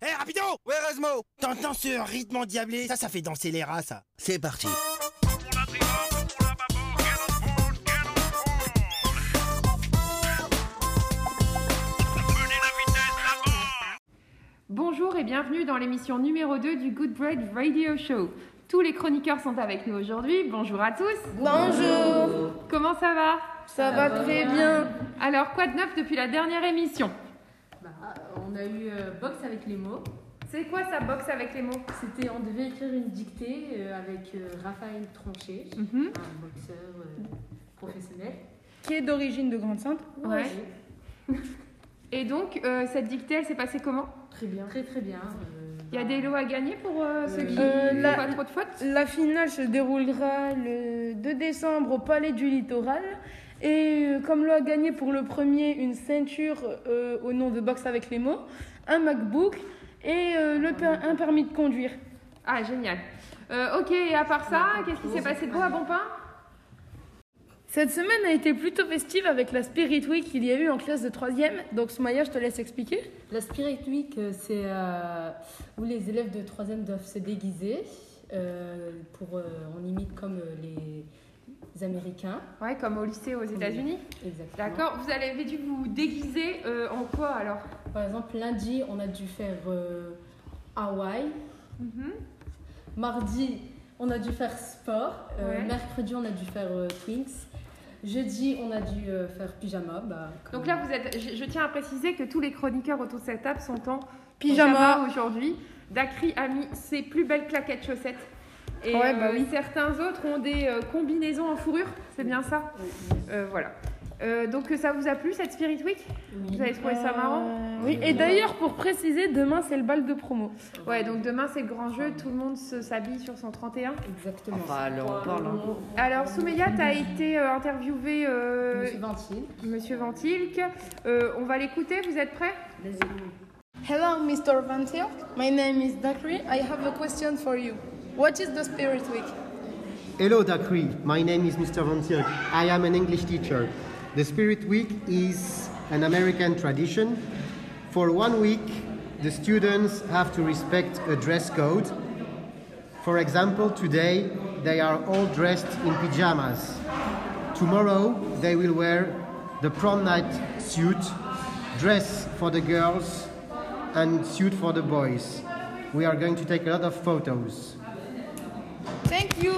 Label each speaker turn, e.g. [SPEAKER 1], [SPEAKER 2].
[SPEAKER 1] Eh, rapido
[SPEAKER 2] Where is Mo
[SPEAKER 1] T'entends ce rythme endiablé Ça, ça fait danser les rats, ça.
[SPEAKER 3] C'est parti.
[SPEAKER 4] Bonjour et bienvenue dans l'émission numéro 2 du Good Bread Radio Show. Tous les chroniqueurs sont avec nous aujourd'hui. Bonjour à tous.
[SPEAKER 5] Bonjour,
[SPEAKER 4] Comment ça va
[SPEAKER 5] ça va très bien.
[SPEAKER 4] Alors, quoi de neuf depuis la dernière émission
[SPEAKER 6] Bah, on a eu euh, box avec les mots.
[SPEAKER 4] C'est quoi ça boxe avec les mots
[SPEAKER 6] C'était, on devait écrire une dictée euh, avec euh, Raphaël Tronchet,
[SPEAKER 4] Mhm.
[SPEAKER 6] un boxeur euh, professionnel.
[SPEAKER 5] Qui est d'origine de Grande-Sainte
[SPEAKER 4] Ouais. Et donc, euh, cette dictée, elle s'est passée comment
[SPEAKER 6] Très bien. Très très bien. euh,
[SPEAKER 4] Il y a des lots à gagner pour euh, ceux qui
[SPEAKER 5] Euh,
[SPEAKER 4] n'ont
[SPEAKER 5] la-
[SPEAKER 4] pas trop de fautes
[SPEAKER 5] La finale se déroulera le 2 décembre au Palais du Littoral. Et euh, comme l'a gagné pour le premier une ceinture euh, au nom de Box avec les mots, un MacBook et euh, le per- un permis de conduire.
[SPEAKER 4] Ah, génial. Euh, ok, et à part ça, qu'est-ce qui s'est passé de beau à Bonpin
[SPEAKER 5] Cette semaine a été plutôt festive avec la Spirit Week qu'il y a eu en classe de 3ème. Donc Soumaya, je te laisse expliquer.
[SPEAKER 6] La Spirit Week, euh, c'est euh, où les élèves de 3e doivent se déguiser. euh, pour, euh, on imite comme euh, les, Américains.
[SPEAKER 4] Ouais, comme au lycée aux États-Unis.
[SPEAKER 6] Exactement.
[SPEAKER 4] D'accord, vous avez dû vous déguiser euh, en quoi alors
[SPEAKER 6] Par exemple, lundi, on a dû faire euh, Hawaï.
[SPEAKER 4] Mhm.
[SPEAKER 6] Mardi, on a dû faire sport. Euh,
[SPEAKER 4] Ouais.
[SPEAKER 6] Mercredi, on a dû faire euh, Twinks. Jeudi, on a dû euh, faire pyjama. bah, comme-
[SPEAKER 4] Donc là, vous êtes, je, je tiens à préciser que tous les chroniqueurs autour de cette table sont en
[SPEAKER 5] Pyjama.
[SPEAKER 4] aujourd'hui. Dakri a mis ses plus belles claquettes chaussettes. Et
[SPEAKER 5] Ouais, bah
[SPEAKER 4] euh,
[SPEAKER 5] oui.
[SPEAKER 4] certains autres ont des euh, combinaisons en fourrure, c'est bien ça
[SPEAKER 6] Oui,
[SPEAKER 4] Euh, Voilà. Euh, donc ça vous a plu cette Spirit Week
[SPEAKER 6] oui.
[SPEAKER 4] Vous avez trouvé ça hein. marrant
[SPEAKER 5] Euh, Oui, et d'ailleurs, pour préciser, demain c'est le bal de promo.
[SPEAKER 4] Ouais, donc demain c'est le grand jeu, tout le monde se- s'habille sur son 31.
[SPEAKER 6] Exactement.
[SPEAKER 4] Ah,
[SPEAKER 3] Enfin, alors, on parle, hein.
[SPEAKER 4] Alors Soumeya, t'as été euh, interviewé euh,
[SPEAKER 6] Monsieur Vintil.
[SPEAKER 4] Monsieur Ventilk. Euh, on va l'écouter, vous êtes prêts
[SPEAKER 7] Hello, Mr. Van Til. My name is Dakri. I have a question for you. What is the Spirit Week?
[SPEAKER 8] Hello, Dakri. My name is Mr. Van Tilk. I am an English teacher. The Spirit Week is an American tradition. For one week, the students have to respect a dress code. For example, today they are all dressed in pajamas. Tomorrow they will wear the prom night suit, dress for the girls, and suit for the boys. We are going to take a lot of photos.
[SPEAKER 7] Thank you.